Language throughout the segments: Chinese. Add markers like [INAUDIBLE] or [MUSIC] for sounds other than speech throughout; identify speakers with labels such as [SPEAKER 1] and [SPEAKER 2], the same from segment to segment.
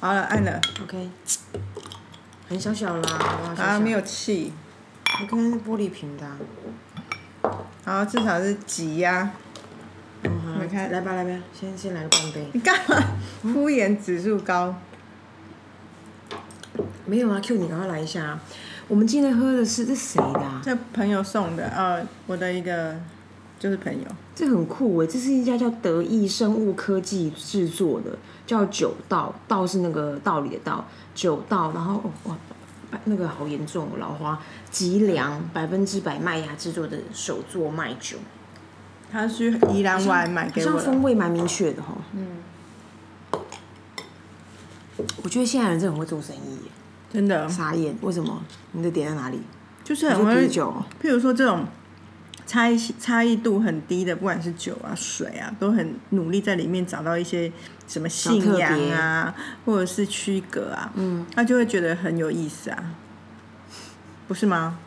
[SPEAKER 1] 好了，按了
[SPEAKER 2] OK，很小小啦，哇，小小
[SPEAKER 1] 啊，没有气，
[SPEAKER 2] 我刚刚是玻璃瓶的、啊。
[SPEAKER 1] 然后至少是挤压。
[SPEAKER 2] 嗯，好
[SPEAKER 1] 你
[SPEAKER 2] 了，
[SPEAKER 1] 看
[SPEAKER 2] 来吧，来吧，先先来个半杯。
[SPEAKER 1] 你干嘛？
[SPEAKER 2] 嗯
[SPEAKER 1] 敷衍指数高，
[SPEAKER 2] 没有啊，Q，你赶快来一下啊！我们今天喝的是这谁的、啊？
[SPEAKER 1] 这朋友送的，呃，我的一个就是朋友，
[SPEAKER 2] 这很酷诶，欸这是一家叫德意生物科技制作的，叫九道，道是那个道理的道，九道。然后哦哇，白那个好严重哦，老花。吉良百分之百麦芽制作的手作麦酒，
[SPEAKER 1] 他去宜兰玩买
[SPEAKER 2] 好
[SPEAKER 1] 给
[SPEAKER 2] 像
[SPEAKER 1] 我
[SPEAKER 2] 风
[SPEAKER 1] 的，
[SPEAKER 2] 味蛮明确的哈。嗯，我觉得现在人真的很会做生意耶，
[SPEAKER 1] 真的
[SPEAKER 2] 傻眼，为什么？你的点在哪里？
[SPEAKER 1] 就是
[SPEAKER 2] 你
[SPEAKER 1] 很
[SPEAKER 2] 说
[SPEAKER 1] 会
[SPEAKER 2] 啤，酒哦，
[SPEAKER 1] 譬如说这种差异差异度很低的，不管是酒啊、水啊，都很努力在里面找到一些什么信仰啊，或者是区隔啊，嗯，他就会觉得很有意思啊，不是吗？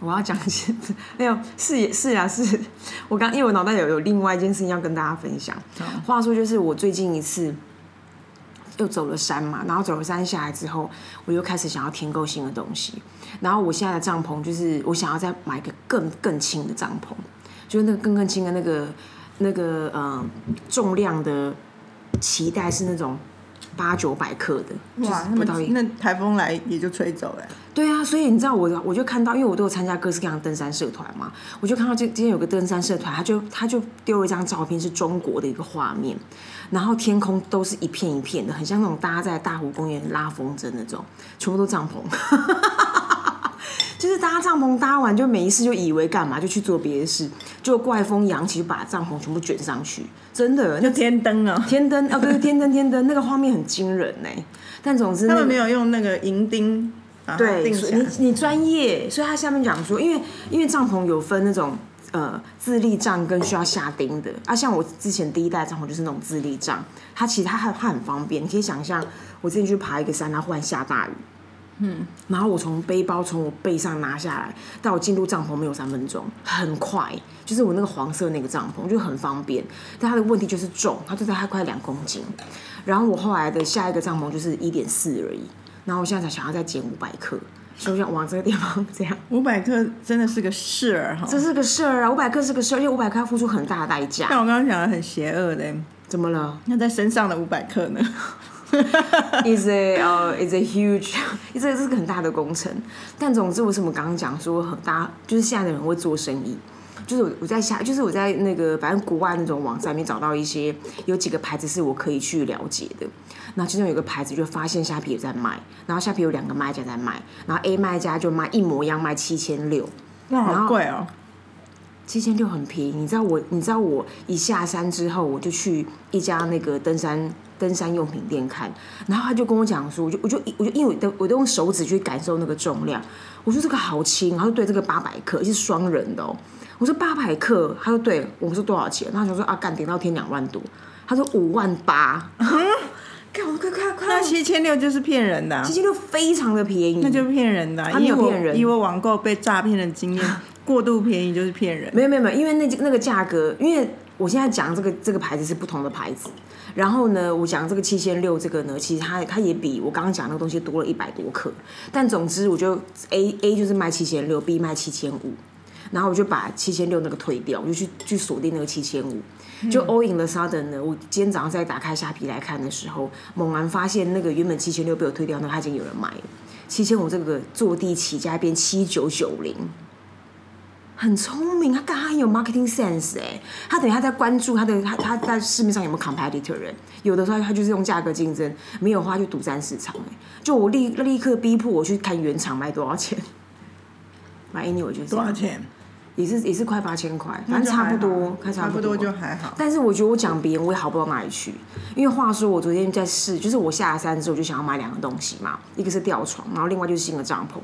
[SPEAKER 2] 我要讲一件，没有是也是啊，是我刚因为我脑袋有有另外一件事情要跟大家分享。话说就是我最近一次又走了山嘛，然后走了山下来之后，我又开始想要添购新的东西。然后我现在的帐篷就是我想要再买一个更更轻的帐篷，就是那个更更轻的那个那个呃重量的脐带是那种八九百克的，就是
[SPEAKER 1] 哇，那
[SPEAKER 2] 不
[SPEAKER 1] 么
[SPEAKER 2] 到一
[SPEAKER 1] 那台风来也就吹走了、
[SPEAKER 2] 对啊，所以你知道我，我就看到，因为我都有参加各式各样的登山社团嘛，我就看到这今天有个登山社团，他就他就丢了一张照片，是中国的一个画面，然后天空都是一片一片的，很像那种大家在大湖公园拉风筝那种，全部都帐篷。 [LAUGHS] 就是搭帐篷搭完就没事，就以为干嘛就去做别的事，就怪风扬起，就把帐篷全部卷上去，真的那
[SPEAKER 1] 就天灯啊、
[SPEAKER 2] 天灯哦，对，天灯天灯，那个画面很惊人呢、但总之、那
[SPEAKER 1] 他
[SPEAKER 2] 个、
[SPEAKER 1] 们没有用那个银钉把它
[SPEAKER 2] 对，
[SPEAKER 1] 定
[SPEAKER 2] 所
[SPEAKER 1] 下
[SPEAKER 2] 以
[SPEAKER 1] 来，
[SPEAKER 2] 你你专业，所以他下面讲说，因为因为帐篷有分那种呃自立帐跟需要下钉的啊，像我之前第一代帐篷就是那种自立帐，它其实它它很方便，你可以想象我之前去爬一个山，然后忽然下大雨。嗯，然后我从背包从我背上拿下来，到我进入帐篷没有三分钟，很快，就是我那个黄色那个帐篷就很方便，但它的问题就是重，它就在它快两公斤，然后我后来的下一个帐篷就是一点四而已，然后我现在才想要再减五百克，所以我想往这个地方这样，
[SPEAKER 1] 五百克真的是个事儿哈。
[SPEAKER 2] 这是个事儿啊，五百克是个事儿，因为五百克要付出很大的代价。
[SPEAKER 1] 但我刚刚讲的很邪恶嘞，
[SPEAKER 2] 怎么了
[SPEAKER 1] 那在身上的五百克
[SPEAKER 2] [LAUGHS]
[SPEAKER 1] 呢？
[SPEAKER 2] ？Is a 呃、i s a huge，这 [LAUGHS] 这是个很大的工程。但总之，为什么刚刚讲说很大，就是现在的人会做生意，就是我我在下，就是我在那个反正国外那种网站里面找到一些有几个牌子是我可以去了解的。然后其中有一个牌子就发现虾皮也在卖，然后虾皮有两个卖家在卖，然后 A 卖家就卖一模一样卖七千六，
[SPEAKER 1] 那好贵哦、
[SPEAKER 2] 七千六很便宜，你知道我，你知道我一下山之后，我就去一家那个登山登山用品店看，然后他就跟我讲说，我就我就我就因为我都我都用手指去感受那个重量，我说这个好轻，然后对这个八百克是双人的哦，我说八百克，他说对，我说多少钱？然后他说啊，干顶到天两万多，他说五万
[SPEAKER 1] [LAUGHS]
[SPEAKER 2] 八，干我快快
[SPEAKER 1] 那
[SPEAKER 2] 快，
[SPEAKER 1] 七千六就是骗人的啊、
[SPEAKER 2] 七千六非常的便宜，
[SPEAKER 1] 那就骗人的啊、
[SPEAKER 2] 他没
[SPEAKER 1] 以
[SPEAKER 2] 有
[SPEAKER 1] 我
[SPEAKER 2] 骗人
[SPEAKER 1] 以我网购被诈骗的经
[SPEAKER 2] [LAUGHS]
[SPEAKER 1] 验，过度便宜就是骗人。
[SPEAKER 2] 没有没有没有，因为那那个价格，因为我现在讲这个这个牌子是不同的牌子，然后呢，我讲这个七千六这个呢，其实它它也比我刚刚讲那个东西多了一百多克，但总之我就 A A 就是卖七千六，B 卖七千五。然后我就把七千六那个退掉，我就去去锁定那个七千五，就 all in the sudden 呢，我今天早上再打开虾皮来看的时候，猛然发现那个原本七千六被我退掉，那它已经有人买了，七千五这个坐地起价变七九九零，很聪明，他刚刚有 marketing sense 哎、他等于他在关注他的他他在市面上有没有 competitor 人，有的时候他就是用价格竞争，没有的话就独占市场哎、就我立立刻逼迫我去看原厂卖多少钱， [LAUGHS] 买 anyway 就是这
[SPEAKER 1] 多
[SPEAKER 2] 样
[SPEAKER 1] 少钱？
[SPEAKER 2] 也是也是快八千块，反正差不多，
[SPEAKER 1] 啊那
[SPEAKER 2] 快
[SPEAKER 1] 就还好差
[SPEAKER 2] 不
[SPEAKER 1] 不多就还好。
[SPEAKER 2] 但是我觉得我讲别人我也好不到哪里去，因为话说我昨天在试，就是我下了山之后我就想要买两个东西嘛，一个是吊床，然后另外就是新的帐篷，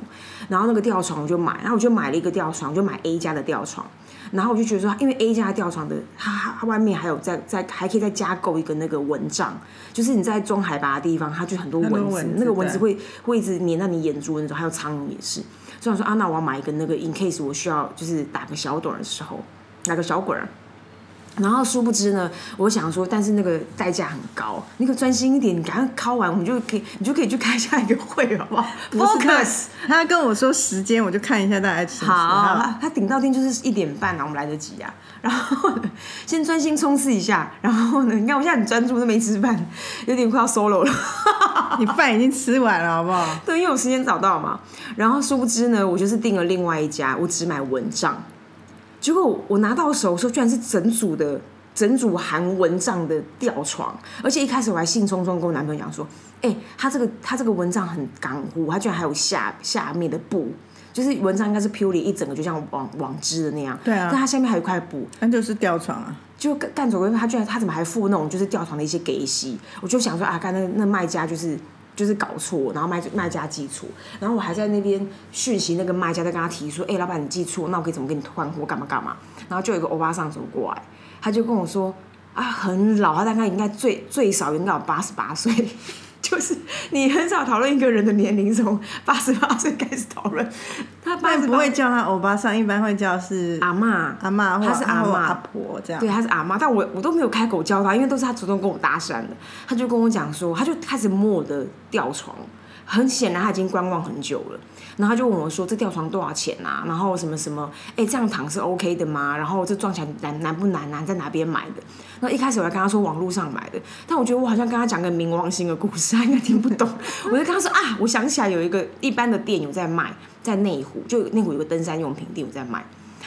[SPEAKER 2] 然后那个吊床我就买，然后我就买了一个吊床，我就买 A 家的吊床，
[SPEAKER 1] 嗯
[SPEAKER 2] 然后我就觉得说，因为 A 家的吊床的它它它外面还有再再还可以再加购一个那个蚊帐，就是你在装海拔的地方，它就很多蚊
[SPEAKER 1] 很
[SPEAKER 2] 子，
[SPEAKER 1] 多蚊子
[SPEAKER 2] 那个蚊
[SPEAKER 1] [LAUGHS]
[SPEAKER 2] 子
[SPEAKER 1] 对
[SPEAKER 2] 会会一直粘到你眼珠那种，还有苍蝇也是。所以我说啊，那我要买一个那个，in case 我需要就是打个小盹儿的时候，打个小滚儿。然后殊不知呢，我想说，但是那个代价很高，你可专心一点，你赶快考完，我们就可以，你就可以去开下一个会，好不好
[SPEAKER 1] 不是他
[SPEAKER 2] ？Focus。
[SPEAKER 1] 他跟我说时间，我就看一下大概什么时
[SPEAKER 2] 好，
[SPEAKER 1] 候。
[SPEAKER 2] 他他顶到天就是一点半啊，我们来得及啊。然后呢，先专心冲刺一下，然后呢，你看我现在很专注，都没吃饭，有点快要 solo 了。
[SPEAKER 1] 你饭已经吃完了，好不好？
[SPEAKER 2] 对，因为我时间早到嘛。然后殊不知呢，我就是订了另外一家，我只买蚊帐。结果我拿到手的时候，居然是整组的整组含蚊帐的吊床，而且一开始我还兴冲冲跟我男朋友讲说：“哎、他这个他这个蚊帐很干乎，他居然还有下下面的布，就是蚊帐应该是 purely 一整个就像网网织的那样，
[SPEAKER 1] 对啊
[SPEAKER 2] 但它下面还有一块布，
[SPEAKER 1] 那就是吊床啊。
[SPEAKER 2] 就干干走过去，他居然他怎么还付那种就是吊床的一些给息？我就想说啊，干那那卖家就是就是搞错，然后卖卖家记错，然后我还在那边讯息那个卖家，在跟他提说，哎、老板你记错，那我可以怎么跟你换货干嘛干嘛？然后就有一个欧巴桑走过来，他就跟我说啊，很老，他大概应该最最少应该有八十八岁。 [LAUGHS] 就是你很少讨论一个人的年龄，从八十八岁开始讨论，他八
[SPEAKER 1] 但
[SPEAKER 2] 十
[SPEAKER 1] 不
[SPEAKER 2] 八
[SPEAKER 1] 会叫他欧巴桑，一般会叫是
[SPEAKER 2] 阿嬷
[SPEAKER 1] 阿妈或
[SPEAKER 2] 他是阿
[SPEAKER 1] 或
[SPEAKER 2] 嬷
[SPEAKER 1] 阿婆这样。
[SPEAKER 2] 对，他是阿妈，但我我都没有开口叫他，因为都是他主动跟我搭讪的。他就跟我讲说，他就开始摸我的吊床，很显然他已经观望很久了。然后他就问我说：“这吊床多少钱啊？然后什么什么？哎，这样躺是 OK 的吗？然后这撞起来难难不难啊？在哪边买的？”那一开始我还跟他说网络上买的，但我觉得我好像跟他讲个冥王星的故事，他应该听不懂。我就跟他说啊，我想起来有一个一般的店有在卖，在内湖，就内湖有个登山用品店有在卖。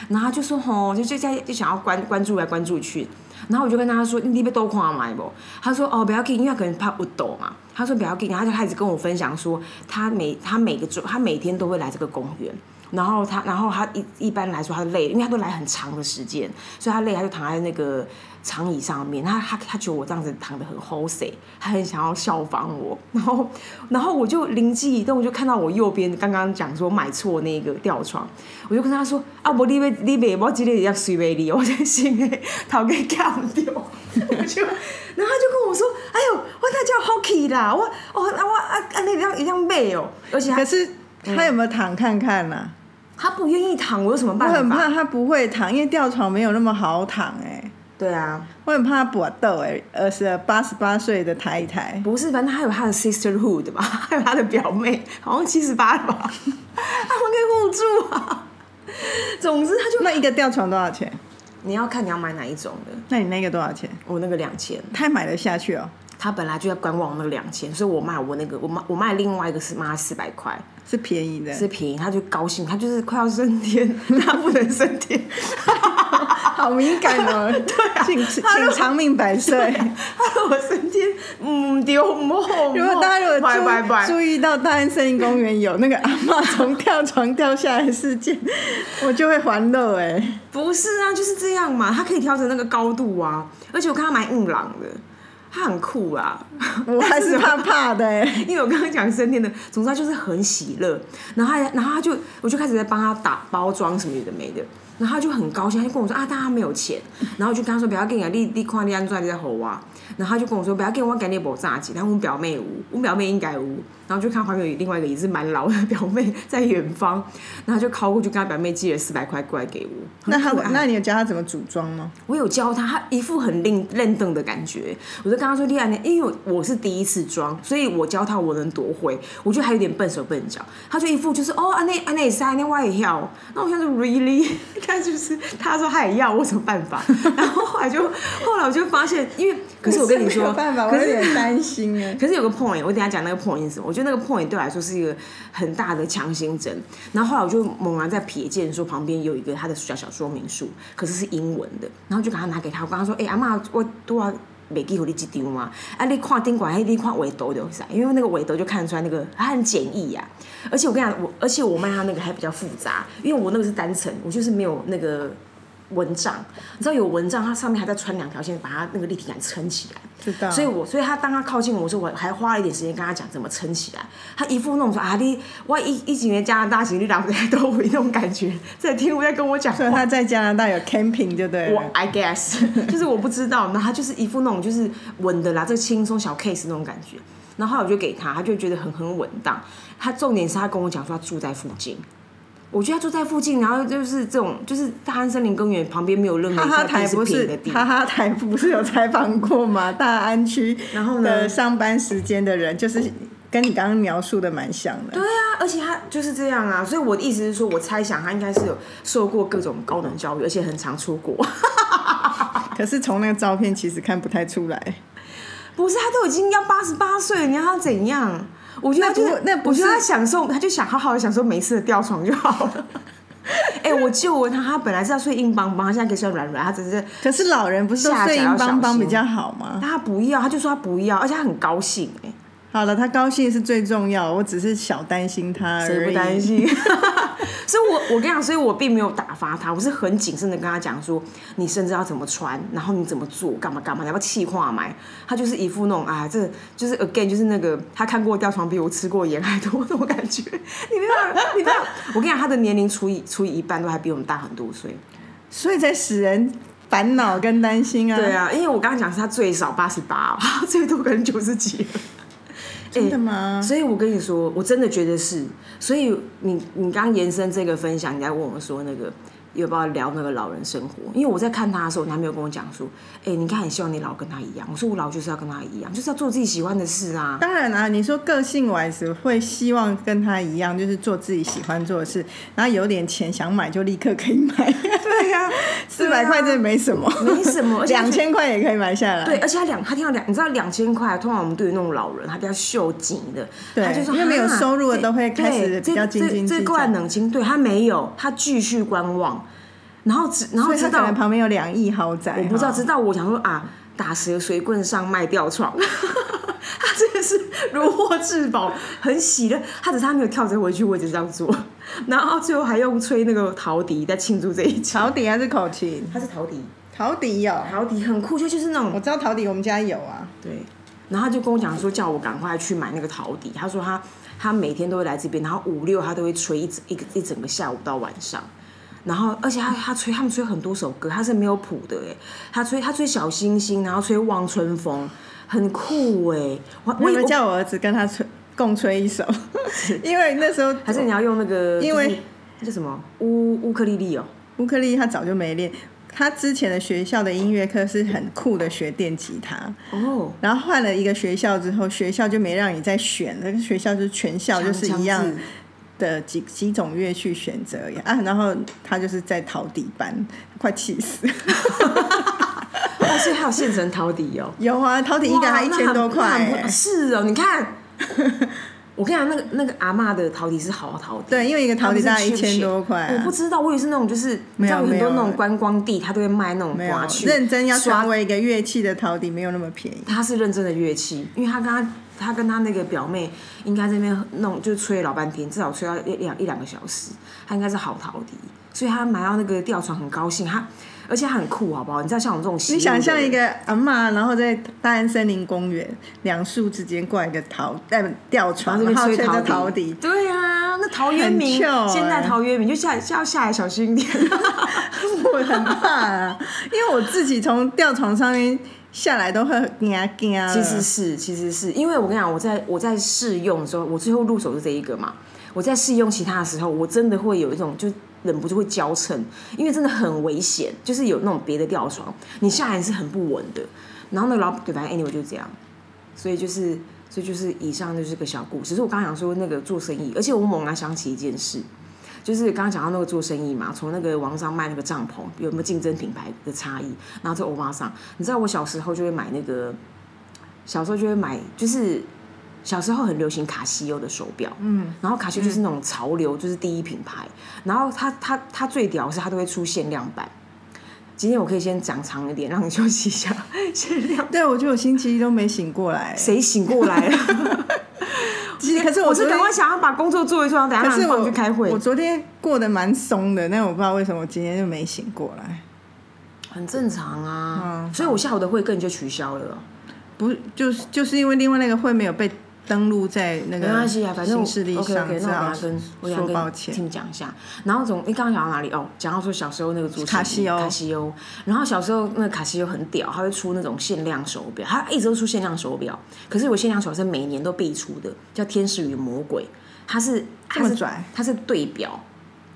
[SPEAKER 2] 然后他就说吼，就就在就想要关关注来关注去。然后我就跟他说，你被多看买不？他说哦，不要紧，因为他可能怕不懂嘛。他说不要紧，他就开始跟我分享说，他每他每个周他每天都会来这个公园。然后他，然后他一一般来说他累了，因为他都来很长的时间，所以他累了他就躺在那个长椅上面。他他他觉得我这样子躺得很 h o s y 他很想要效仿我。然后然后我就灵机一动，我就看到我右边刚刚讲说买错那个吊床，我就跟他说啊，我你别你别，我今天要随便你，我真心诶，头给 [LAUGHS] 干掉。我就， [LAUGHS] 然后他就跟我说，哎呦，我那叫 hockey 啦，我哦啊我啊啊那样一样背哦，而且他嗯
[SPEAKER 1] 可是他有没有躺看看呢、啊？
[SPEAKER 2] 他不愿意躺，我有什么办
[SPEAKER 1] 我
[SPEAKER 2] 法？
[SPEAKER 1] 很怕他不会躺，因为吊床没有那么好躺哎、
[SPEAKER 2] 对啊，
[SPEAKER 1] 我很怕他搏斗哎，二十八十八岁的抬一抬，
[SPEAKER 2] 不是，反正他有他的 sisterhood 吧， [LAUGHS] 还有他的表妹，好像七十八了吧， [LAUGHS] 他们可以互助啊。总之，他就
[SPEAKER 1] 那一个吊床多少钱？
[SPEAKER 2] 你要看你要买哪一种的。
[SPEAKER 1] 那你那个多少钱？
[SPEAKER 2] 我那个两千，
[SPEAKER 1] 他还买得下去哦，
[SPEAKER 2] 他本来就在官网那个两千，所以我卖我那个，我卖我卖另外一个是卖四百块，
[SPEAKER 1] 是便宜的。
[SPEAKER 2] 是便宜，他就高兴，他就是快要升天，他不能升 [LAUGHS] 天，
[SPEAKER 1] 好敏感哦， [LAUGHS] 对
[SPEAKER 2] [LAUGHS] 啊
[SPEAKER 1] 请请长命百岁。
[SPEAKER 2] 他如果升天，嗯丢摸，
[SPEAKER 1] 如果大家如
[SPEAKER 2] 拜拜
[SPEAKER 1] 果
[SPEAKER 2] 拜
[SPEAKER 1] 注注意到大安森林公园有那个阿嬷从吊床掉下来的事件，我就会还乐哎。
[SPEAKER 2] 不是啊，就是这样嘛，他可以调整那个高度啊，而且我看他蛮硬朗的，他很酷啊。
[SPEAKER 1] 我还是怕怕的哎。
[SPEAKER 2] [LAUGHS] 因为我刚刚讲升天的，总之他就是很喜乐，然后他然后他就我就开始在帮他打包装什么有的没的，然后他就很高兴，他就跟我说啊，但他没有钱， [LAUGHS] 然后我就跟他说不要紧啊，你你看你安怎你在吼啊，然后他就跟我说不要紧，我给你无炸鸡，但我表妹有，我表妹应该有，然后就看旁边有另外一个也是蛮老的表妹在远方，然后就靠过去跟他表妹借了四百块过来给我，
[SPEAKER 1] 那他
[SPEAKER 2] 很可爱
[SPEAKER 1] 那你有教他怎么组装吗？
[SPEAKER 2] 我有教他，他一副很认认瞪的感觉。我就跟他说：“丽安，因为我是第一次装，所以我教他我能多会，我觉得还有点笨手笨脚。”他就一副就是哦，安内安内塞，安内我也要。那我想说 really，但 [LAUGHS] 就是他说他也要，我有什么办法？然后后来就后来我就发现，因为可是我跟你
[SPEAKER 1] 没
[SPEAKER 2] 说，
[SPEAKER 1] 有办法，我
[SPEAKER 2] 可
[SPEAKER 1] 有
[SPEAKER 2] 是
[SPEAKER 1] 点担心哎。
[SPEAKER 2] 可是有个 point，我等一下讲那个 point 是什么？我觉得那个 point 对我来说是一个很大的强心针。然后后来我就猛然在瞥见说旁边有一个他的小小说明书，可是是英文的，然后就给他拿给他，我跟他说：“哎、阿妈，我多少没寄给你一张嘛？啊，你看顶管，哎，你看围兜就啥？因为那个围兜就看得出来那个它很简易呀、而且我跟你讲，我而且我卖他那个还比较复杂，因为我那个是单层，我就是没有那个。”蚊帐，你知道有蚊帐，它上面还在穿两条线，把它那个立体感撑起来。
[SPEAKER 1] 知道。
[SPEAKER 2] 所以我所以他当他靠近我的时候，我还花了一点时间跟他讲怎么撑起来。他一副那种说啊你我一一几年加拿大行李两个人都回那种感觉，在听我在跟我讲
[SPEAKER 1] 所以
[SPEAKER 2] 话。
[SPEAKER 1] 他在加拿大有 camping 就对
[SPEAKER 2] 我
[SPEAKER 1] 了。
[SPEAKER 2] I guess 就是我不知道，然后他就是一副那种就是稳的啦，这个轻松小 case 那种感觉。然后后来我就给他，他就觉得很很稳当。他重点是他跟我讲说他住在附近，我觉得住在附近，然后就是这种，就是大安森林公园旁边没有任何
[SPEAKER 1] 哈
[SPEAKER 2] 一
[SPEAKER 1] 哈
[SPEAKER 2] 块
[SPEAKER 1] 台
[SPEAKER 2] 地
[SPEAKER 1] 不
[SPEAKER 2] 平
[SPEAKER 1] 是
[SPEAKER 2] 的地，
[SPEAKER 1] 哈哈台不是有采访过吗？大安区
[SPEAKER 2] 然后呢
[SPEAKER 1] 的上班时间的人，就是跟你刚刚描述的蛮像的。
[SPEAKER 2] 对啊，而且他就是这样啊，所以我的意思是说，我猜想他应该是有受过各种高等教育，而且很常出国。 [LAUGHS]
[SPEAKER 1] 可是从那个照片其实看不太出来。
[SPEAKER 2] 不是，他都已经要八十八岁了，你要他怎样？我觉得他就
[SPEAKER 1] 那不那不
[SPEAKER 2] 我觉得
[SPEAKER 1] 是
[SPEAKER 2] 他享受，他就想好好的享受没事的吊床就好了。 [LAUGHS] 哎、我救我他，他本来是要睡硬邦邦，他现在可以睡软软，他只是
[SPEAKER 1] 可是老人不是都
[SPEAKER 2] 下载
[SPEAKER 1] 睡
[SPEAKER 2] 要
[SPEAKER 1] 硬邦
[SPEAKER 2] 小
[SPEAKER 1] 邦
[SPEAKER 2] 心
[SPEAKER 1] 比较好吗？
[SPEAKER 2] 他不要，他就说他不要，而且他很高兴哎、
[SPEAKER 1] 好了，他高兴是最重要，我只是小担心他而已。 [LAUGHS]
[SPEAKER 2] 谁不担？心？所以我，我跟你讲，所以我并没有打发他，我是很谨慎的跟他讲说，你甚至要怎么穿，然后你怎么做，干嘛干嘛，你要不要气化买？他就是一副那种啊，这就是 again 就是那个他看过吊床比我吃过盐还多那种感觉。你没有，你没有，我跟你讲，他的年龄除以除以一半都还比我们大很多岁。
[SPEAKER 1] 所以在使人烦恼跟担心啊。
[SPEAKER 2] 对，啊，因为我刚刚讲是他最少八十八， [LAUGHS] 他最多可能九十几了。
[SPEAKER 1] 真的吗？
[SPEAKER 2] 所以我跟你说，我真的觉得是。所以你你刚延伸这个分享，你在问我说那个有不要聊那个老人生活？因为我在看他的时候，你还没有跟我讲说，哎、你看，很希望你老跟他一样。我说我老就是要跟他一样，就是要做自己喜欢的事啊。
[SPEAKER 1] 当然啦、你说个性我还是会希望跟他一样，就是做自己喜欢做的事，然后有点钱想买就立刻可以买。对呀、 [LAUGHS] 四百块真的没什么，
[SPEAKER 2] 啊没什么而且
[SPEAKER 1] 两千块也可以买下来。
[SPEAKER 2] 对，而且他两，他听到两，你知道两千块，通常我们对于那种老人，他比较秀紧的，
[SPEAKER 1] 对
[SPEAKER 2] 他就说
[SPEAKER 1] 因为没有
[SPEAKER 2] 哈
[SPEAKER 1] 收入的
[SPEAKER 2] 这
[SPEAKER 1] 都会开始
[SPEAKER 2] 对
[SPEAKER 1] 比较斤斤
[SPEAKER 2] 这
[SPEAKER 1] 计
[SPEAKER 2] 这
[SPEAKER 1] 较
[SPEAKER 2] 这罐冷清，对他没有，他继续观望，然后只然后
[SPEAKER 1] 所以他
[SPEAKER 2] 知
[SPEAKER 1] 可
[SPEAKER 2] 道
[SPEAKER 1] 能旁边有两亿豪宅，
[SPEAKER 2] 我不知道，
[SPEAKER 1] 哈
[SPEAKER 2] 直到我想说啊，打蛇随棍上，卖吊床。 [LAUGHS] 他真的是如获至宝，很喜乐。他只是他没有跳着回去，我一直这样做。然后最后还用吹那个陶笛在庆祝这一场。
[SPEAKER 1] 陶笛还是口琴？
[SPEAKER 2] 他是陶笛，
[SPEAKER 1] 陶笛有、
[SPEAKER 2] 陶笛很酷，就就是那
[SPEAKER 1] 我
[SPEAKER 2] 种
[SPEAKER 1] 知道陶笛我们家有啊。
[SPEAKER 2] 对。然后他就跟我讲说，叫我赶快去买那个陶笛。他说他他每天都会来这边，然后五六他都会吹一整一个一整个下午到晚上。然后，而且他他吹他们吹很多首歌，他是没有谱的哎，他吹他吹小星星，然后吹望春风，很酷哎。我我
[SPEAKER 1] 我有没有
[SPEAKER 2] 我
[SPEAKER 1] 叫我儿子跟他吹共吹一首？ [LAUGHS] 因为那时候
[SPEAKER 2] 还是你要用那个，
[SPEAKER 1] 因为
[SPEAKER 2] 就是那叫什么乌乌克丽丽哦，
[SPEAKER 1] 乌克丽丽他早就没练，他之前的学校的音乐课是很酷的，学电吉他。
[SPEAKER 2] 哦，
[SPEAKER 1] 然后换了一个学校之后，学校就没让你再选，那个学校就是全校就是一样
[SPEAKER 2] 强制
[SPEAKER 1] 的几几种乐去选择而已啊。然后他就是在陶笛班，快气死！ [LAUGHS]
[SPEAKER 2] 哦，所以还有现成陶笛哦。
[SPEAKER 1] 有啊，陶 [LAUGHS] 笛一个
[SPEAKER 2] 哇
[SPEAKER 1] 还一千多块、
[SPEAKER 2] 那很那很
[SPEAKER 1] 欸
[SPEAKER 2] 是哦，你看， [LAUGHS] 我跟你讲，那个那个阿嬷的陶笛是好陶笛，
[SPEAKER 1] 对因为一个陶笛
[SPEAKER 2] 它不是
[SPEAKER 1] 大概
[SPEAKER 2] 缺
[SPEAKER 1] 1000多块啊
[SPEAKER 2] 我不知道，我以为是那种就是你
[SPEAKER 1] 没
[SPEAKER 2] 知
[SPEAKER 1] 有
[SPEAKER 2] 道有很多
[SPEAKER 1] 没
[SPEAKER 2] 那
[SPEAKER 1] 有
[SPEAKER 2] 种观光地，他都会卖那种
[SPEAKER 1] 没有
[SPEAKER 2] 刮去，
[SPEAKER 1] 认真要
[SPEAKER 2] 刷
[SPEAKER 1] 成为一个乐器的陶笛没有那么便宜。
[SPEAKER 2] 他是认真的乐器，因为他跟他他跟他那个表妹应该这边弄就吹老半天，至少吹到一两一两个小时，他应该是好陶笛，所以他买到那个吊床很高兴，他而且他很酷，好不好？你知道像我们这种习武
[SPEAKER 1] 你
[SPEAKER 2] 的人，
[SPEAKER 1] 想象一个阿嬷，然后在大安森林公园两树之间挂一个陶呃吊
[SPEAKER 2] 然
[SPEAKER 1] 床，
[SPEAKER 2] 后这
[SPEAKER 1] 然
[SPEAKER 2] 边
[SPEAKER 1] 后
[SPEAKER 2] 吹
[SPEAKER 1] 吹着
[SPEAKER 2] 陶
[SPEAKER 1] 陶笛， [LAUGHS]
[SPEAKER 2] 对啊，那陶渊
[SPEAKER 1] 很
[SPEAKER 2] 明，
[SPEAKER 1] chill
[SPEAKER 2] 现在
[SPEAKER 1] 欸
[SPEAKER 2] 陶渊明就下要下来小心一点。
[SPEAKER 1] [LAUGHS] 我很怕啊，因为我自己从吊床上面下来都会惊惊啊了。
[SPEAKER 2] 其实是，其实是因为我跟你讲，我在我在试用的时候，我最后入手是这一个嘛。我在试用其他的时候，我真的会有一种就忍不住会娇嗔，因为真的很危险，就是有那种别的吊床，你下来是很不稳的。然后那个老对，反正 anyway 就是这样，所以就是。所以就是以上就是个小故事。所以我刚刚讲说那个做生意，而且我猛然想起一件事，就是刚刚讲到那个做生意嘛，从那个网上卖那个帐篷有没有竞争品牌的差异，然后在欧巴上，你知道我小时候就会买那个小时候就会买，就是小时候很流行卡西欧的手表，嗯，然后卡西欧就是那种潮流，就是第一品牌，然后它它它最屌是它都会出限量版。今天我可以先讲长一点，让你休息一下。限量
[SPEAKER 1] 对，我觉得我星期一都没醒过来。
[SPEAKER 2] 谁醒过来 [LAUGHS] 了？
[SPEAKER 1] 其实可是昨
[SPEAKER 2] 我是
[SPEAKER 1] 天
[SPEAKER 2] 赶快想要把工作做一做，然后等一
[SPEAKER 1] 可
[SPEAKER 2] 下
[SPEAKER 1] 是
[SPEAKER 2] 让
[SPEAKER 1] 我
[SPEAKER 2] 我去开会
[SPEAKER 1] 我。昨天过得蛮松的，但我不知道为什么我今天就没醒过来。
[SPEAKER 2] 很正常啊，
[SPEAKER 1] 嗯
[SPEAKER 2] 所以我下午的会跟你就取消了。
[SPEAKER 1] 不，就是就是因为另外那个会没有被登录在那个
[SPEAKER 2] 没关系啊，反正
[SPEAKER 1] 行事历
[SPEAKER 2] OK
[SPEAKER 1] 上，
[SPEAKER 2] OK，
[SPEAKER 1] 只
[SPEAKER 2] 那我
[SPEAKER 1] 好
[SPEAKER 2] 等下跟我等
[SPEAKER 1] 说
[SPEAKER 2] 下
[SPEAKER 1] 抱
[SPEAKER 2] 跟
[SPEAKER 1] 歉。
[SPEAKER 2] 听讲一下。然后总你刚刚讲到哪里哦？讲到说小时候那个主持
[SPEAKER 1] 卡西欧
[SPEAKER 2] 卡西欧。然后小时候那个卡西欧很屌，它会出那种限量手表，它一直都出限量手表。可是我限量手表是每年都必出的，叫《天使与魔鬼》，它是它
[SPEAKER 1] 么
[SPEAKER 2] 是
[SPEAKER 1] 拽
[SPEAKER 2] 它是对表。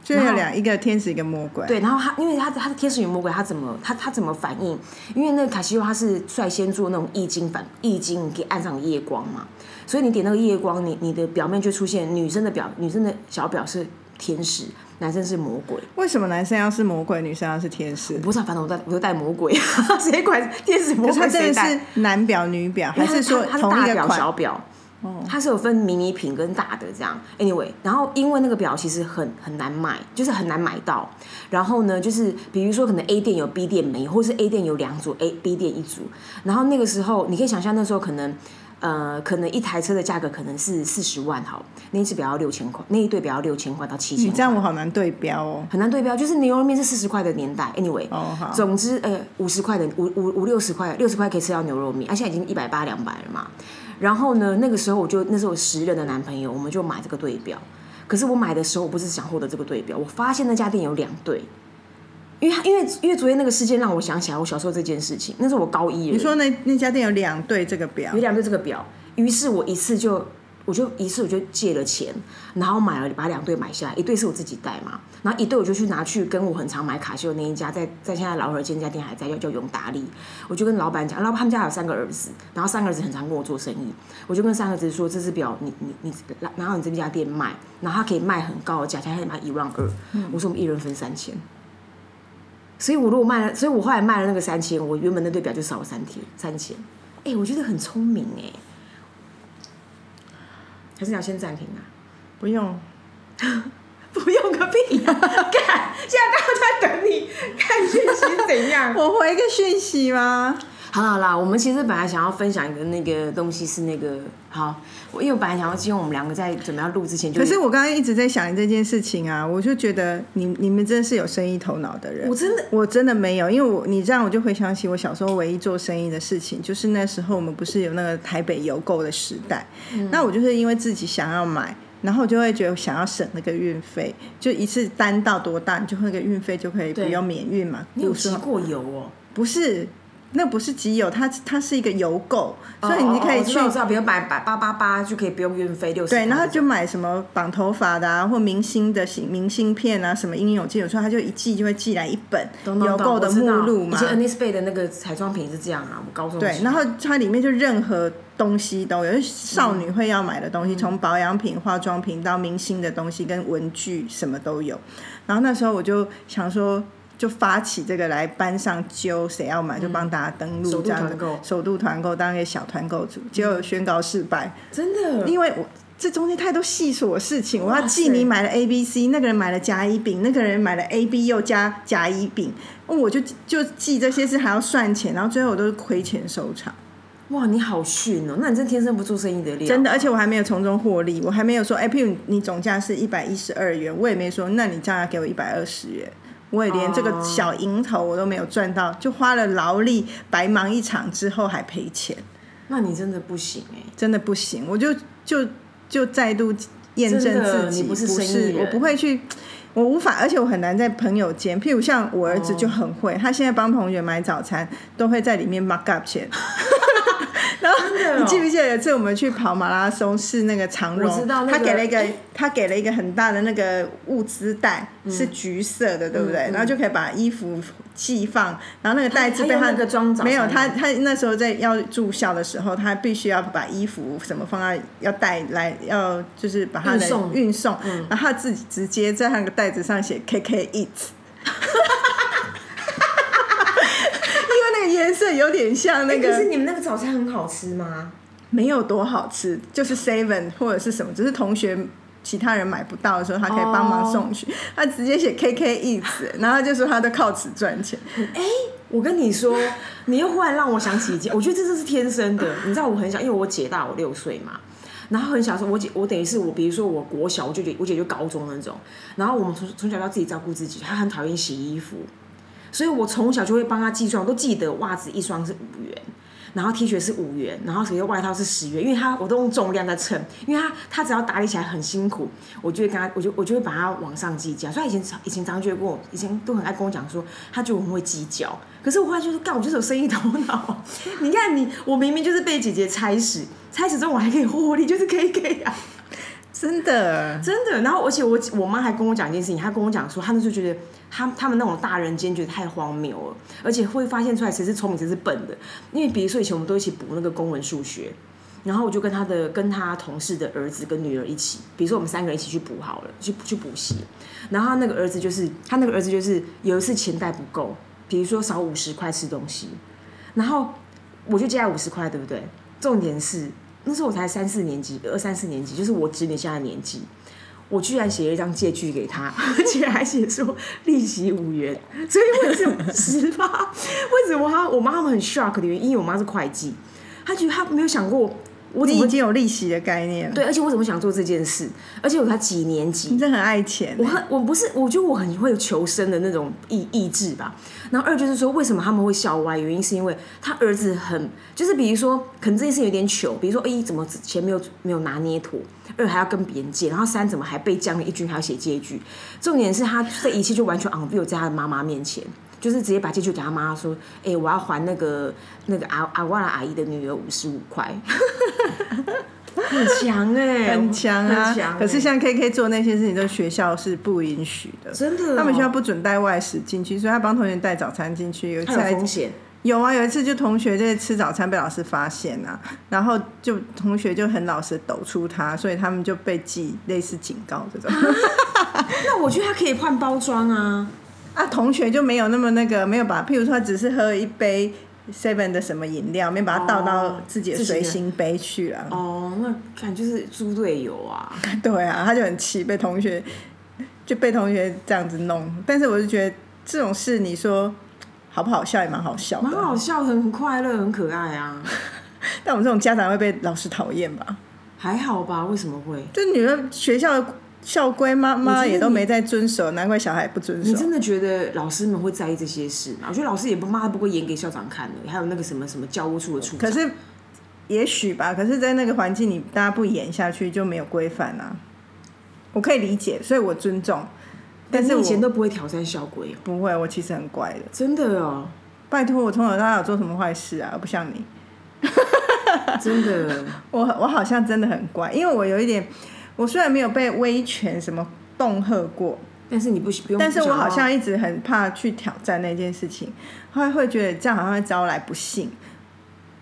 [SPEAKER 1] 就有两一个天使一个魔鬼。
[SPEAKER 2] 对，然后他，因为他他的天使与魔鬼，他怎么他他怎么反应？因为那个卡西欧他是率先做那种易经反易经，你可以按上夜光嘛，所以你点那个夜光，你你的表面就出现女生的表，女生的小表是天使，男生是魔鬼。
[SPEAKER 1] 为什么男生要是魔鬼，女生要是天使
[SPEAKER 2] 我？不知道，反正我带我就带魔鬼， [LAUGHS] 谁管天使魔
[SPEAKER 1] 可是他
[SPEAKER 2] 鬼
[SPEAKER 1] 真
[SPEAKER 2] 谁
[SPEAKER 1] 的
[SPEAKER 2] 带？
[SPEAKER 1] 是男表女表，
[SPEAKER 2] 因
[SPEAKER 1] 啊还
[SPEAKER 2] 为它
[SPEAKER 1] 是说
[SPEAKER 2] 它它是
[SPEAKER 1] 同
[SPEAKER 2] 大
[SPEAKER 1] 一个
[SPEAKER 2] 表小
[SPEAKER 1] 款？哦
[SPEAKER 2] 表？它是有分迷你品跟大的这样，anyway，然后因为那个表其实很很难买，就是很难买到。然后呢，就是比如说可能 A 店有 B 店没，或是 A 店有两组 A B 店一组。然后那个时候你可以想象那时候可能，呃，可能一台车的价格可能是四十万好，那一只表要六千块，那一对表要六千块到七千
[SPEAKER 1] 你这
[SPEAKER 2] 块，
[SPEAKER 1] 样我好难对标哦。
[SPEAKER 2] 很难对标。就是牛肉面是四十块的年代，anyway，
[SPEAKER 1] 哦，好，
[SPEAKER 2] 总之，呃，五十块的五五五六十块，六十块可以吃到牛肉面，啊，现在已经一百八两百了嘛。然后呢，那个时候我就那时候我时任的男朋友，我们就买这个对标。可是我买的时候，我不是想获得这个对标，我发现那家店有两对，因为他因为因为昨天那个事件让我想起来我小时候这件事情，那是我高一
[SPEAKER 1] 你
[SPEAKER 2] 了。
[SPEAKER 1] 说那那家店有两对这个表
[SPEAKER 2] 有，两对这个表，于是我一次就。我就一次我就借了钱，然后买了把两对买下来，一对是我自己带嘛，然后一对我就去拿去跟我很常买卡西欧那一家，在在现在老和间那家店还在，叫叫永达利，我就跟老板讲，老板他们家有三个儿子，然后三个儿子很常跟我做生意，我就跟三个儿子说，这只表你你你拿到你这家店卖，然后他可以卖很高的价钱，他可以卖一万二，我说我们一人分三千，所以我如果卖了，所以我后来卖了那个三千，我原本那对表就少了三千三千。哎、我觉得很聪明哎、还是你要先暂停啊？ [LAUGHS]
[SPEAKER 1] 不用。
[SPEAKER 2] 不用个屁、啊！看，现在大家在等你看讯息
[SPEAKER 1] [LAUGHS]
[SPEAKER 2] 怎样？
[SPEAKER 1] 我回一个讯息吗？
[SPEAKER 2] 好啦好啦，我们其实本来想要分享一个那个东西是那个好，我因为我本来想要今天我们两个在准备要录之前就，
[SPEAKER 1] 可是我刚刚一直在想这件事情啊，我就觉得你你们真的是有生意头脑的人
[SPEAKER 2] 我。真的
[SPEAKER 1] 我真的没有，因为我你这样我就回想起我小时候唯一做生意的事情，就是那时候我们不是有那个台北邮购的时代，
[SPEAKER 2] 嗯
[SPEAKER 1] 那我就是因为自己想要买。然后我就会觉得想要省那个运费，就一次单到多大，你就会那个运费就可以不
[SPEAKER 2] 对
[SPEAKER 1] 用免运嘛。
[SPEAKER 2] 你有
[SPEAKER 1] 50
[SPEAKER 2] 骑过油哦、
[SPEAKER 1] 不是，那不是集邮，它它是一个邮购，所以
[SPEAKER 2] 哦
[SPEAKER 1] 你可
[SPEAKER 2] 哦
[SPEAKER 1] 以
[SPEAKER 2] 我知
[SPEAKER 1] 去
[SPEAKER 2] 道我知道，比如买八八八八就可以不用运费六十，
[SPEAKER 1] 对，然后就买什么绑头发的啊，或明星的型明星片啊，什么应有尽有，所以他就一寄就会寄来一本
[SPEAKER 2] 懂懂
[SPEAKER 1] 邮
[SPEAKER 2] 懂
[SPEAKER 1] 购的
[SPEAKER 2] 我知
[SPEAKER 1] 目
[SPEAKER 2] 道
[SPEAKER 1] 录
[SPEAKER 2] 以
[SPEAKER 1] 嘛。
[SPEAKER 2] 前 Anis Bay 的那个彩妆品是嗯这样啊，我高中的
[SPEAKER 1] 对，
[SPEAKER 2] 时
[SPEAKER 1] 然
[SPEAKER 2] 候
[SPEAKER 1] 后它里面就任何东西都有，就是少女会要买的东西，
[SPEAKER 2] 嗯
[SPEAKER 1] 从保养品、化妆品到明星的东西跟文具，什么都有。然后那时候我就想说，就发起这个来班上揪谁要买，就帮大家登
[SPEAKER 2] 嗯首
[SPEAKER 1] 录
[SPEAKER 2] 度
[SPEAKER 1] 这样子
[SPEAKER 2] 团购，嗯
[SPEAKER 1] 首度团购当一个小团购组，结果宣告失败，
[SPEAKER 2] 真的
[SPEAKER 1] 因为我。这中间太多细琐的事情，我要
[SPEAKER 2] 哇
[SPEAKER 1] 记
[SPEAKER 2] 塞
[SPEAKER 1] 你买了 A、B、C，那个人买了甲乙丙，那个人买了 A、B 又加甲乙丙，哦我就就记这些事，还要算钱，然后最后我都是亏钱收场。
[SPEAKER 2] 哇，你好逊哦！那你真天生不做生意的料，
[SPEAKER 1] 真的，而且我还没有从中获利，我还没有说，哎、譬如你总价是一百一十二元，我也没说，那你这样要给我一百二十元，我也连这个
[SPEAKER 2] 哦
[SPEAKER 1] 小蝇头我都没有赚到，就花了劳力白忙一场之后还赔钱，
[SPEAKER 2] 那你真的不行哎、
[SPEAKER 1] 真的不行，我就就就再度验证
[SPEAKER 2] 真的
[SPEAKER 1] 自己
[SPEAKER 2] 你不是
[SPEAKER 1] 不
[SPEAKER 2] 生意
[SPEAKER 1] 是，
[SPEAKER 2] 人
[SPEAKER 1] 我不会去。我无法，而且我很难在朋友间，譬如像我
[SPEAKER 2] 哦
[SPEAKER 1] 儿子就很会，他现在帮同学买早餐，都会在里面 mark up 钱。 [LAUGHS] 然后
[SPEAKER 2] 的哦
[SPEAKER 1] 你记不记得有一次我们去跑马拉松是那个长
[SPEAKER 2] 我
[SPEAKER 1] 荣
[SPEAKER 2] 知道，那个
[SPEAKER 1] 他给了一个他给了一个很大的那个物资袋，是
[SPEAKER 2] 嗯
[SPEAKER 1] 橘色的，对不对？然后就可以把衣服寄放，然后那个袋子被
[SPEAKER 2] 他
[SPEAKER 1] 他
[SPEAKER 2] 用那个装早餐
[SPEAKER 1] 没有
[SPEAKER 2] 吗
[SPEAKER 1] 他他那时候在要住校的时候，他必须要把衣服什么放在要带来要就是把它的
[SPEAKER 2] 运送嗯
[SPEAKER 1] 运送，然后他自己直接在那个袋子上写 KK
[SPEAKER 2] [LAUGHS]
[SPEAKER 1] eat。因为那个颜色有点像那个，
[SPEAKER 2] 哎可是你们那个早餐很好吃吗？
[SPEAKER 1] 没有多好吃，就是 seven 或者是什么，只是同学其他人买不到的时候，他可以帮忙送
[SPEAKER 2] 哦
[SPEAKER 1] 去。他直接写 KK 意思，然后他就说他都靠此赚钱。
[SPEAKER 2] 我跟你说，你又忽然让我想起一件，我觉得这就是天生的。你知道我很小，因为我姐大我六岁嘛，然后很小的时候，我姐我等于是我，比如说我国小，我就姐我姐就高中那种，然后我们从从小要自己照顾自己，她很讨厌洗衣服，所以我从小就会帮她计算，我都记得袜子一双是五元。然后 T 恤是五元，然后所以外套是十元，因为她我都用重量在称，因为她她只要打理起来很辛苦，我就会跟她，我就我就会把它往上计较。所以她以前常以前常常就会跟我，以前都很爱跟我讲说，她觉得我很会计较，可是我后来就是干，我就是有生意头脑。你看你，我明明就是被姐姐差使，差使中我还可以获利，就是可以给啊。
[SPEAKER 1] 真的，
[SPEAKER 2] 真的。然后，而且我我妈还跟我讲一件事情，她跟我讲说，她那时候觉得她他们那种大人间觉得太荒谬了，而且会发现出来谁是聪明谁是笨的。因为比如说以前我们都一起补那个公文数学，然后我就跟她的跟她同事的儿子跟女儿一起，比如说我们三个人一起去补好了，去去补习。然后她那个儿子就是他那个儿子就是有一次钱袋不够，比如说少五十块吃东西，然后我就借他五十块，对不对？重点是。那时候我才三四年级，二三四年级，就是我侄女现在的年纪，我居然写了一张借据给她， [LAUGHS] 而且还写说利息五元，所以为什么十八？为什么她我妈他们很 shock 的原因，因为我妈是会计，她觉得她没有想过我怎
[SPEAKER 1] 你已
[SPEAKER 2] 么
[SPEAKER 1] 经有利息的概念了。
[SPEAKER 2] 对，而且我怎么想做这件事，而且我才几年级
[SPEAKER 1] 你，真的很爱钱
[SPEAKER 2] 我，很我不是，我觉得我很会求生的那种意意志吧。然后二就是说，为什么他们会笑歪？原因是因为他儿子很，就是比如说，可能这件事有点糗，比如说，哎，怎么钱没有没有拿捏妥？二还要跟别人借，然后三怎么还被将了一军，还要写借据？重点是他这一切就完全 on view 在他的妈妈面前。就是直接把借据给他妈说，哎、我要还那个那个阿阿瓦拉阿姨的女儿五十五
[SPEAKER 1] [LAUGHS]
[SPEAKER 2] 块， [LAUGHS] 很强哎、
[SPEAKER 1] 很强啊
[SPEAKER 2] 很强欸。
[SPEAKER 1] 可是像 KK 做那些事情，都学校是不允许的。
[SPEAKER 2] 真的哦、
[SPEAKER 1] 他们学校不准带外食进去，所以他帮同学带早餐进去。有一次
[SPEAKER 2] 它
[SPEAKER 1] 还
[SPEAKER 2] 有风险。
[SPEAKER 1] 有啊，有一次就同学在吃早餐被老师发现啊，然后就同学就很老实抖出他，所以他们就被记类似警告这
[SPEAKER 2] [LAUGHS]
[SPEAKER 1] 种。
[SPEAKER 2] 那我觉得它可以换包装啊，
[SPEAKER 1] 啊，同学就没有那么那个，没有把，譬如说他只是喝一杯 seven 的什么饮料，没有把它倒到自己的
[SPEAKER 2] 哦自己的
[SPEAKER 1] 随行杯去了。
[SPEAKER 2] 哦，那感觉就是猪队友啊，
[SPEAKER 1] [LAUGHS] 对啊，他就很气，被同学就被同学这样子弄。但是我就觉得这种事，你说好不好笑也蛮好笑
[SPEAKER 2] 蛮
[SPEAKER 1] 的。
[SPEAKER 2] 好笑的，很快乐，很可爱啊，
[SPEAKER 1] 但我们这种家长会被老师讨厌吧？
[SPEAKER 2] 还好吧？为什么会？
[SPEAKER 1] 就你们学校的校规，妈妈
[SPEAKER 2] 你
[SPEAKER 1] 也都没在遵守，难怪小孩不遵
[SPEAKER 2] 你
[SPEAKER 1] 守。
[SPEAKER 2] 真的觉得老师们会在意这些事吗？我觉得老师也不骂不过演给校长看的，还有那个什么什么教务处的处
[SPEAKER 1] 可
[SPEAKER 2] 长。
[SPEAKER 1] 是也许吧，可是在那个环境里，大家不演下去就没有规范啊。我可以理解，所以我尊重，但是
[SPEAKER 2] 你
[SPEAKER 1] 我
[SPEAKER 2] 以前都不会挑战校规哦，
[SPEAKER 1] 不会，我其实很乖的。
[SPEAKER 2] 真的哦，
[SPEAKER 1] 拜托，我从小到大有做什么坏事啊？不像你。
[SPEAKER 2] 真 [LAUGHS] 的，
[SPEAKER 1] 我我好像真的很乖，因为我有一点，我虽然没有被威权什么恫吓过，
[SPEAKER 2] 但是你不啊不用，
[SPEAKER 1] 但是我
[SPEAKER 2] 不想要
[SPEAKER 1] 好像一直很怕去挑战那件事情，后来会觉得这样好像会招来不幸，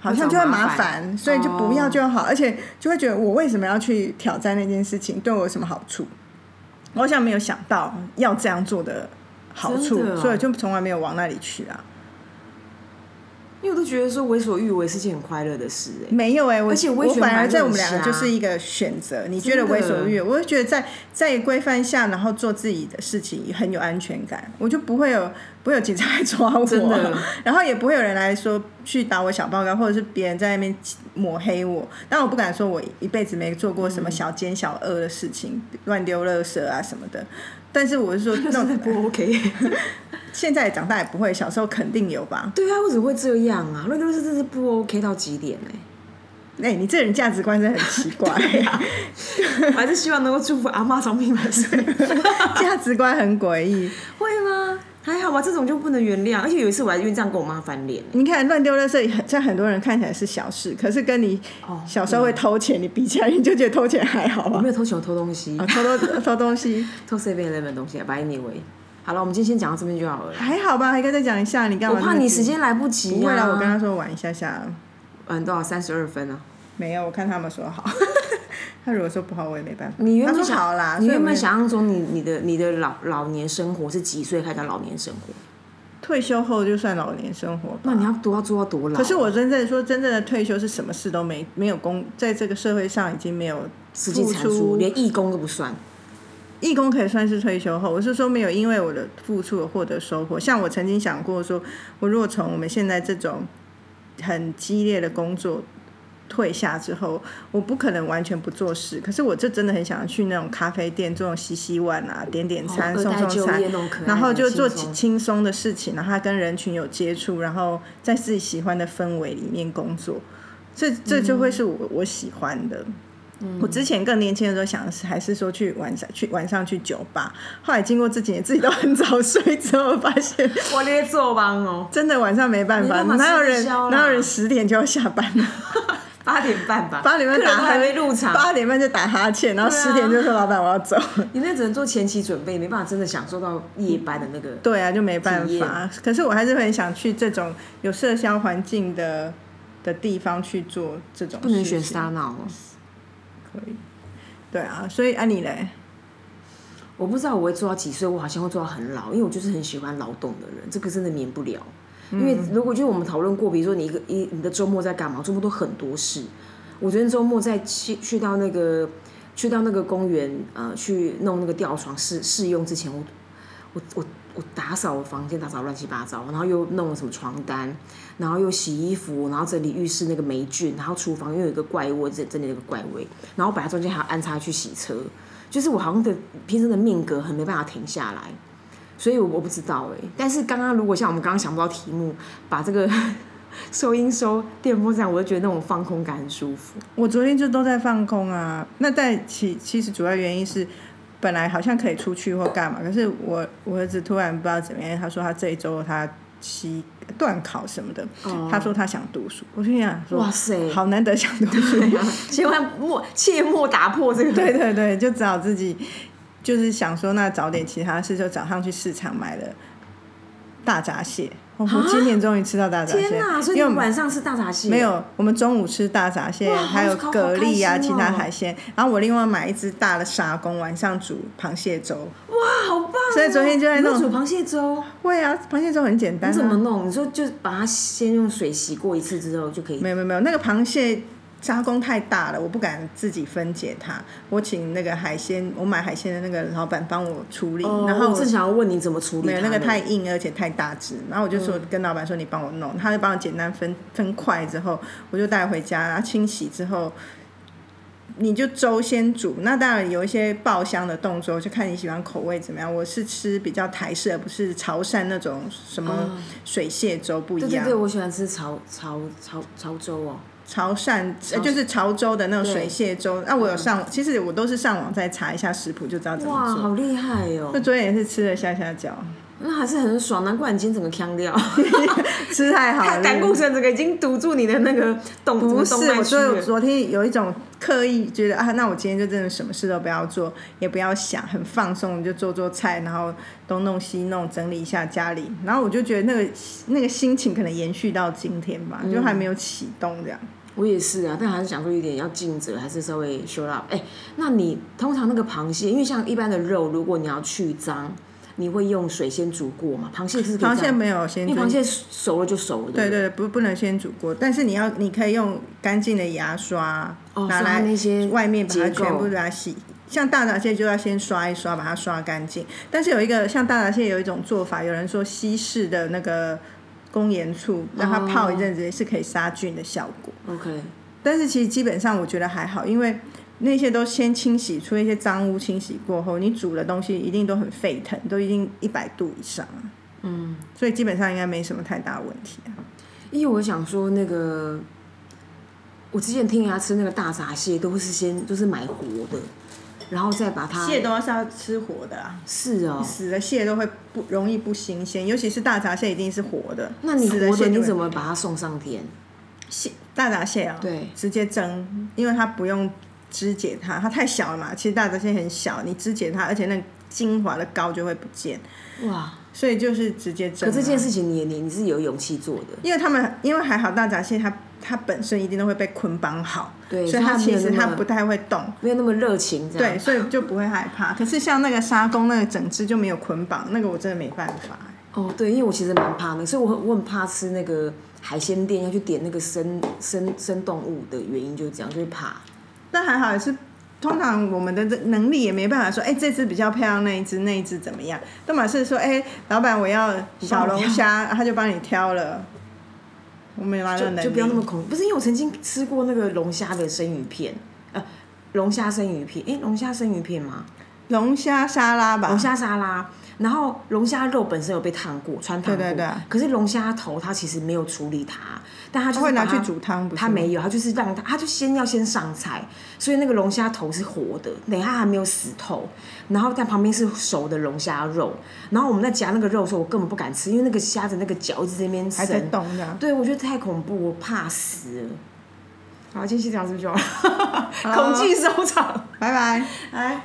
[SPEAKER 1] 好像就会麻
[SPEAKER 2] 会找麻
[SPEAKER 1] 烦，
[SPEAKER 2] 烦哦
[SPEAKER 1] 所以就不要就好，而且就会觉得我为什么要去挑战那件事情，对我有什么好处？我好像没有想到要这样做的好处，
[SPEAKER 2] 真的哦
[SPEAKER 1] 所以我就从来没有往那里去啊。
[SPEAKER 2] 因为我都觉得说为所欲为是件很快乐的事 [LAUGHS] 哎、
[SPEAKER 1] 没有哎、我
[SPEAKER 2] 而且我
[SPEAKER 1] 我
[SPEAKER 2] 也觉得
[SPEAKER 1] 反而
[SPEAKER 2] 蛮
[SPEAKER 1] 在我
[SPEAKER 2] 认
[SPEAKER 1] 们
[SPEAKER 2] 识
[SPEAKER 1] 两个就
[SPEAKER 2] 啊
[SPEAKER 1] 是一个选择，你觉得
[SPEAKER 2] 真的
[SPEAKER 1] 为所欲为，我就觉得在在规范下，然后做自己的事情很有安全感，我就不会有不会有警察来抓
[SPEAKER 2] 真
[SPEAKER 1] 我啊
[SPEAKER 2] 的，
[SPEAKER 1] [LAUGHS] 然后也不会有人来说去打我小报告，或者是别人在那边抹黑我。但我不敢说我一辈子没做过什么小奸小恶的事情，乱丢垃圾啊什么的。但是我是
[SPEAKER 2] [LAUGHS]
[SPEAKER 1] 说，那
[SPEAKER 2] 真的
[SPEAKER 1] 种
[SPEAKER 2] 不 OK。
[SPEAKER 1] 现在长大也不会，小时候肯定有吧？
[SPEAKER 2] 对啊，为什么会这样啊？乱丢垃圾真是不 OK 到极点哎、
[SPEAKER 1] 哎、你这人价值观真的很奇
[SPEAKER 2] [LAUGHS]
[SPEAKER 1] 怪、
[SPEAKER 2] 啊我 [LAUGHS] 还是希望能够祝福阿妈长命百岁。
[SPEAKER 1] [LAUGHS] 价值观很诡异。
[SPEAKER 2] 会吗？还好吧，这种就不能原谅。而且有一次我还因为这样跟我妈翻脸。
[SPEAKER 1] 你看乱丢垃圾，很在很多人看起来是小事，可是跟你
[SPEAKER 2] 哦
[SPEAKER 1] 小时候会偷钱，你比起来，你就觉得偷钱还好
[SPEAKER 2] 我
[SPEAKER 1] 吧
[SPEAKER 2] [LAUGHS] 没？有偷钱，我偷东西，
[SPEAKER 1] 啊，偷偷偷东西
[SPEAKER 2] 偷 C 杯 eleven 东西啊。By anyway，好了，我们今天先讲到这边就好了。
[SPEAKER 1] 还好吧？还该再讲一下，你干
[SPEAKER 2] 我
[SPEAKER 1] 嘛那么急？
[SPEAKER 2] 怕你时间来不及、啊。
[SPEAKER 1] 不会啦，我跟他说玩一下下，
[SPEAKER 2] 嗯多少三十二分啊？
[SPEAKER 1] 没有，我看他们说好。 [LAUGHS] 他如果说不好，我也没办法。
[SPEAKER 2] 你原
[SPEAKER 1] 他
[SPEAKER 2] 本
[SPEAKER 1] 说
[SPEAKER 2] 想
[SPEAKER 1] 好啦，所
[SPEAKER 2] 你
[SPEAKER 1] 以
[SPEAKER 2] 原
[SPEAKER 1] 我
[SPEAKER 2] 本
[SPEAKER 1] 们
[SPEAKER 2] 想象中你你的你的老老年生活是几岁开始叫老年生活？
[SPEAKER 1] 退休后就算老年生活吧。
[SPEAKER 2] 那你要多要做到多老？
[SPEAKER 1] 可是我真正说真正的退休是什么事都没没有工，在这个社会上已经没有
[SPEAKER 2] 实际产
[SPEAKER 1] 付出
[SPEAKER 2] 出连义工都不算。
[SPEAKER 1] 义工可以算是退休后，我是说没有因为我的付出而获得收获。像我曾经想过说，我如果从我们现在这种很激烈的工作退下之后，我不可能完全不做事，可是我就真的很想要去那种咖啡店，这种洗洗碗啊、点点餐、
[SPEAKER 2] 哦二
[SPEAKER 1] 送
[SPEAKER 2] 代
[SPEAKER 1] 送
[SPEAKER 2] 就
[SPEAKER 1] 餐
[SPEAKER 2] 业那种可爱，
[SPEAKER 1] 然后就做
[SPEAKER 2] 轻松
[SPEAKER 1] 轻松的事情，然后他跟人群有接触，然后在自己喜欢的氛围里面工作，这
[SPEAKER 2] 嗯
[SPEAKER 1] 这就会是我、我喜欢的。我之前更年轻的时候想的是，还是说去晚上去晚上去酒吧。后来经过这几年自己都很早睡之后，发现
[SPEAKER 2] 我咧做帮哦，
[SPEAKER 1] 真的晚上没办法，
[SPEAKER 2] 没办法
[SPEAKER 1] 哪有
[SPEAKER 2] 吃
[SPEAKER 1] 人
[SPEAKER 2] 不消啦
[SPEAKER 1] 哪有人十点就要下班呢？
[SPEAKER 2] 八点半吧，
[SPEAKER 1] 八点
[SPEAKER 2] [LAUGHS]
[SPEAKER 1] 半
[SPEAKER 2] 客人
[SPEAKER 1] 打
[SPEAKER 2] 都还没入场，
[SPEAKER 1] 八点半就打哈欠，然后
[SPEAKER 2] 对啊
[SPEAKER 1] 十点就说老板我要走。
[SPEAKER 2] 你那只能做前期准备，没办法真的享受到夜班的那个。
[SPEAKER 1] 对啊，就没办
[SPEAKER 2] 体
[SPEAKER 1] 法。可是我还是很想去这种有社交环境的的地方去做这种事情。
[SPEAKER 2] 不能选 Star Now 哦，
[SPEAKER 1] 可以。对啊，所以啊你嘞，
[SPEAKER 2] 我不知道我会做到几岁，我好像会做到很老，因为我就是很喜欢劳动的人，这个真的免不了。因为如果就我们讨论过，比如说你一个一你的周末在干嘛？周末都很多事。我昨天周末在去去到那个去到那个公园，呃，去弄那个吊床试试用之前，我我我我打扫我房间，打扫乱七八糟，然后又弄了什么床单，然后又洗衣服，然后整理浴室那个霉菌，然后厨房又有一个怪味，整整理那个怪味，然后把它中间还要安插去洗车，就是我好像的天生的命格很没办法停下来，所以我我不知道哎、但是刚刚如果像我们刚刚想不到题目，把这个 [LAUGHS] 收音收电波站，我就觉得那种放空感很舒
[SPEAKER 1] [LAUGHS]
[SPEAKER 2] 服。
[SPEAKER 1] 我昨天就都在放空啊。那但其其实主要原因是，本来好像可以出去或干嘛，可是我我儿子突然不知道怎么样，他说他这一周他期断考什么的，他说他想读书。我心想说，
[SPEAKER 2] 哦哇塞
[SPEAKER 1] 好难得想读书。
[SPEAKER 2] 啊千万莫切莫打破这个。
[SPEAKER 1] [LAUGHS] 对对对，就只好自己就是想说，那找点其他事，就早上去市场买了大闸蟹。哦我今年终于吃到大闸蟹，
[SPEAKER 2] 啊天哪！所以
[SPEAKER 1] 因为
[SPEAKER 2] 你
[SPEAKER 1] 我们
[SPEAKER 2] 晚上吃大闸蟹？啊
[SPEAKER 1] 没，有，我们中午吃大闸蟹，
[SPEAKER 2] 哇好
[SPEAKER 1] 还有
[SPEAKER 2] 好
[SPEAKER 1] 蛤蜊呀、
[SPEAKER 2] 好开
[SPEAKER 1] 其
[SPEAKER 2] 心哦
[SPEAKER 1] 他海鲜。然后我另外买一只大的沙公，晚上煮螃蟹粥。
[SPEAKER 2] 哇，好棒、哦！
[SPEAKER 1] 所以昨天就在
[SPEAKER 2] 你会
[SPEAKER 1] 弄
[SPEAKER 2] 煮螃蟹粥，
[SPEAKER 1] 会啊，螃蟹粥很简单、
[SPEAKER 2] 你
[SPEAKER 1] 啊。
[SPEAKER 2] 怎么弄？你说就把它先用水洗过一次之后就可以
[SPEAKER 1] 没有没有没有，那个螃蟹加工太大了，我不敢自己分解它。我请那个海鲜，我买海鲜的那个老板帮我处理，
[SPEAKER 2] 哦
[SPEAKER 1] 然后
[SPEAKER 2] 我正想要问你怎么处理嗯
[SPEAKER 1] 没有
[SPEAKER 2] 它
[SPEAKER 1] 那个
[SPEAKER 2] 呢
[SPEAKER 1] 太硬，而且太大只。然后我就说跟老板说你帮我弄，他就帮我简单分分块之后，我就带回家，然后清洗之后。你就粥先煮，那当然有一些爆香的动作，就看你喜欢口味怎么样。我是吃比较台式，而不是潮汕那种什么水蟹粥不一
[SPEAKER 2] 对
[SPEAKER 1] 样。
[SPEAKER 2] 嗯对对，我喜欢吃潮潮潮潮州哦。
[SPEAKER 1] 潮汕呃就是潮州的那种水蟹粥，那、我有上，其实我都是上网再查一下食谱就知道怎
[SPEAKER 2] 嗯哇，
[SPEAKER 1] 么做。
[SPEAKER 2] 好厉害
[SPEAKER 1] 那
[SPEAKER 2] 哦！
[SPEAKER 1] 昨天也是吃了下下脚，
[SPEAKER 2] 那还是很爽，难怪你今天整个腔掉。
[SPEAKER 1] [LAUGHS] 吃太好
[SPEAKER 2] 他
[SPEAKER 1] 了。
[SPEAKER 2] [LAUGHS] 胆固醇整个已经堵住你的那个动
[SPEAKER 1] 不是，
[SPEAKER 2] 整个动脉
[SPEAKER 1] 我
[SPEAKER 2] 区
[SPEAKER 1] 所以我
[SPEAKER 2] 了。
[SPEAKER 1] 昨天有一种刻意觉得啊，那我今天就真的什么事都不要做，也不要想，很放松，就做做菜，然后东弄西弄，整理一下家里。然后我就觉得那个那个心情可能延续到今天吧，
[SPEAKER 2] 嗯
[SPEAKER 1] 就还没有启动这样。
[SPEAKER 2] 我也是啊，但还是想说有点要尽责，还是稍微 show up。哎、那你通常那个螃蟹，因为像一般的肉，如果你要去脏，你会用水先煮过嘛？螃蟹是可以这样
[SPEAKER 1] 螃蟹，没有先
[SPEAKER 2] 因为
[SPEAKER 1] 蒸
[SPEAKER 2] 螃蟹熟了就熟了。
[SPEAKER 1] 对
[SPEAKER 2] 不
[SPEAKER 1] 对对，不不能先煮过，但是你要你可以用干净的牙刷、
[SPEAKER 2] 哦
[SPEAKER 1] 拿
[SPEAKER 2] 刷
[SPEAKER 1] 来
[SPEAKER 2] 那些
[SPEAKER 1] 外面把它
[SPEAKER 2] 结
[SPEAKER 1] 全部把
[SPEAKER 2] 构
[SPEAKER 1] 它洗。像大闸蟹就要先刷一刷，把它刷干净。但是有一个像大闸蟹有一种做法，有人说稀释的那个工盐醋，
[SPEAKER 2] 哦
[SPEAKER 1] 让它泡一阵子是可以杀菌的效果。
[SPEAKER 2] OK，
[SPEAKER 1] 但是其实基本上我觉得还好，因为那些都先清洗出一些脏污，清洗过后，你煮的东西一定都很沸腾，都已经一百度以上了。嗯，所以基本上应该没什么太大问题啊。
[SPEAKER 2] 因为我想说那个，我之前听人家吃那个大闸蟹，都是先就是买活的，然后再把它
[SPEAKER 1] 蟹都是要吃活的啊，
[SPEAKER 2] 是哦。
[SPEAKER 1] 死的蟹都会不容易不新鲜，尤其是大闸蟹一定是活的。
[SPEAKER 2] 那你
[SPEAKER 1] 死的
[SPEAKER 2] 活
[SPEAKER 1] 蟹
[SPEAKER 2] 的
[SPEAKER 1] 就会
[SPEAKER 2] 你怎么把它送上天？
[SPEAKER 1] 蟹大闸蟹啊？
[SPEAKER 2] 对
[SPEAKER 1] 直接蒸，因为它不用肢解它，它太小了嘛。其实大闸蟹很小，你肢解它，而且那精华的膏就会不见，
[SPEAKER 2] 哇，
[SPEAKER 1] 所以就是直接蒸、
[SPEAKER 2] 可
[SPEAKER 1] 啊。
[SPEAKER 2] 这件事情你也你你是有勇气做的，
[SPEAKER 1] 因为他们因为还好大闸蟹它它本身一定都会被捆绑好，
[SPEAKER 2] 对
[SPEAKER 1] 所以
[SPEAKER 2] 它没
[SPEAKER 1] 其
[SPEAKER 2] 有
[SPEAKER 1] 实
[SPEAKER 2] 那
[SPEAKER 1] 它
[SPEAKER 2] 么
[SPEAKER 1] 不太会动。
[SPEAKER 2] 没有那么热情这样。
[SPEAKER 1] 对，所以就不会害怕。可是像那个沙公，那个整只就没有捆绑，那个我真的没办法、
[SPEAKER 2] 哦，对，因为我其实蛮怕那个，所以我很我很怕吃那个海鲜店要去点那个生生生动物的原因就是这样，就是怕。
[SPEAKER 1] 但还好也是，通常我们的这能力也没办法说，哎、这只比较漂亮，那一只那一只怎么样？都嘛是说，哎、老板我要小龙虾，他就帮你挑了。我没有那个
[SPEAKER 2] 就
[SPEAKER 1] 能力，
[SPEAKER 2] 就不要那么恐怖。不是因为我曾经吃过那个龙虾的生鱼片，呃，龙虾生鱼片，诶，龙虾生鱼片吗？
[SPEAKER 1] 龙虾沙拉吧
[SPEAKER 2] 龙。虾沙拉，然后龙虾肉本身有被烫过、穿烫过，
[SPEAKER 1] 对对对啊
[SPEAKER 2] 可是龙虾头它其实没有处理它，但它就是
[SPEAKER 1] 会拿
[SPEAKER 2] 把它
[SPEAKER 1] 去煮汤不是
[SPEAKER 2] 它
[SPEAKER 1] 吗
[SPEAKER 2] 没有，它就是让它，它就先要先上菜，所以那个龙虾头是活的，等一下它还没有死透，然后但旁边是熟的龙虾肉，然后我们在夹那个肉的时候，我根本不敢吃，因为那个虾子那个脚一直在那边
[SPEAKER 1] 还在啊
[SPEAKER 2] 伸
[SPEAKER 1] 动这样 [LAUGHS]
[SPEAKER 2] 对我觉得太恐怖，我怕死了。
[SPEAKER 1] 好，今天先讲这么久了，恐惧收场，
[SPEAKER 2] [LAUGHS] 拜拜。
[SPEAKER 1] 来。